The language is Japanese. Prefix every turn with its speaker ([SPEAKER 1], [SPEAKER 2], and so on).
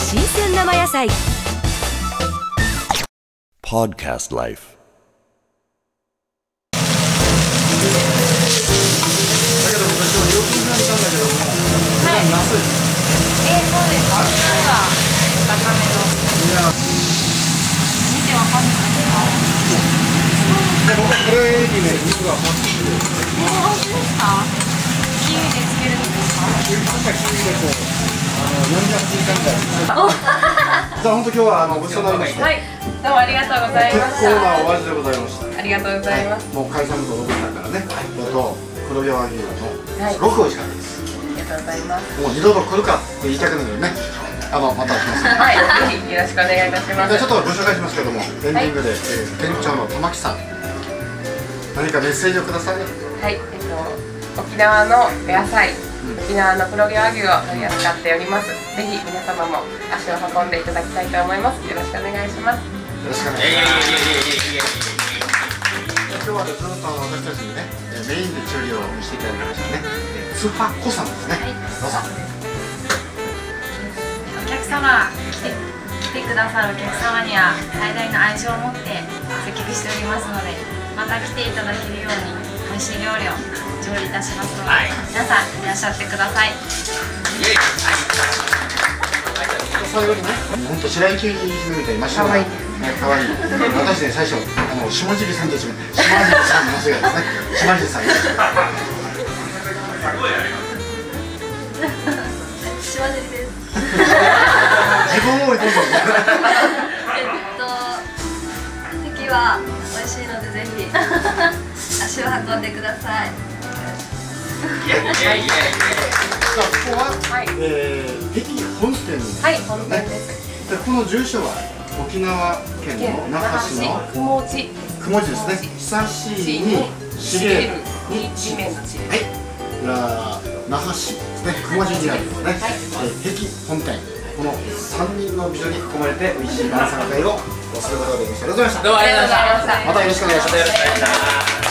[SPEAKER 1] 生野菜
[SPEAKER 2] Podcast Life.
[SPEAKER 3] じゃあ本当今日はあのごちそうになりました。
[SPEAKER 4] はい、どうもありがとうござい
[SPEAKER 3] 結
[SPEAKER 4] まし
[SPEAKER 3] 構な
[SPEAKER 4] た。
[SPEAKER 3] お味でございました。
[SPEAKER 4] ありがとうございます。
[SPEAKER 3] もう海産物のさんからね、あと黒毛和牛のすごく美味しかったです。
[SPEAKER 4] ありがとうございます。
[SPEAKER 3] もう二度と来るかって言いたくなるよね。あのまた来ます。じゃ
[SPEAKER 4] はい、ぜひよろしくお願いいたし
[SPEAKER 3] あ
[SPEAKER 4] ま
[SPEAKER 3] ちょっ。
[SPEAKER 4] す
[SPEAKER 3] とご紹介しますけども、エンディングで、えー店長の玉木さん、何かメッセージをください。
[SPEAKER 4] はい、えっと沖縄のお野菜、沖縄の黒毛和牛を取り扱っております。ぜひ皆様も足を運んでいただきたいと思います。よろしくお願いしま
[SPEAKER 3] よ
[SPEAKER 4] す。
[SPEAKER 3] ろしくお願いします。今日はずっと私たちにね、えーメインで調理をしていただきましたね。えースーパーコさんですね。どうぞ。
[SPEAKER 5] お客様来て来てくださるお客様には最大の愛情を持って接客しておりますのでまた来ていただけるように美味しい料理を調理いたしますので、皆さんいらっしゃってください
[SPEAKER 3] 最後にね、本当白雪姫みたいに真っ白な、ね、可愛いい。私ね、最初、あの下尻さんと一緒に、下尻さんの間違いですね。下尻さんです。
[SPEAKER 5] 島尻です
[SPEAKER 3] 自分を追い込んでる
[SPEAKER 5] えっと次は美味しいのでぜひ足を運んでください
[SPEAKER 3] さあ、ここは、
[SPEAKER 4] はい
[SPEAKER 3] えー、北京本店です
[SPEAKER 4] はい、
[SPEAKER 3] よ
[SPEAKER 4] 本
[SPEAKER 3] ね。
[SPEAKER 4] 店です。
[SPEAKER 3] で、この住所は沖縄県の那覇市の
[SPEAKER 4] 那覇市
[SPEAKER 3] く
[SPEAKER 4] くもち
[SPEAKER 3] も字ですね。久しいにしげる。
[SPEAKER 4] に地面地。
[SPEAKER 3] はい。じゃあ那覇市ですね。くも字にありますね。えー北京本店。この三人の美女に囲まれて美味しい晩餐会をすることができました。ありがとうございました。
[SPEAKER 6] どうもありがとうございました。
[SPEAKER 3] またよろしくお願いします。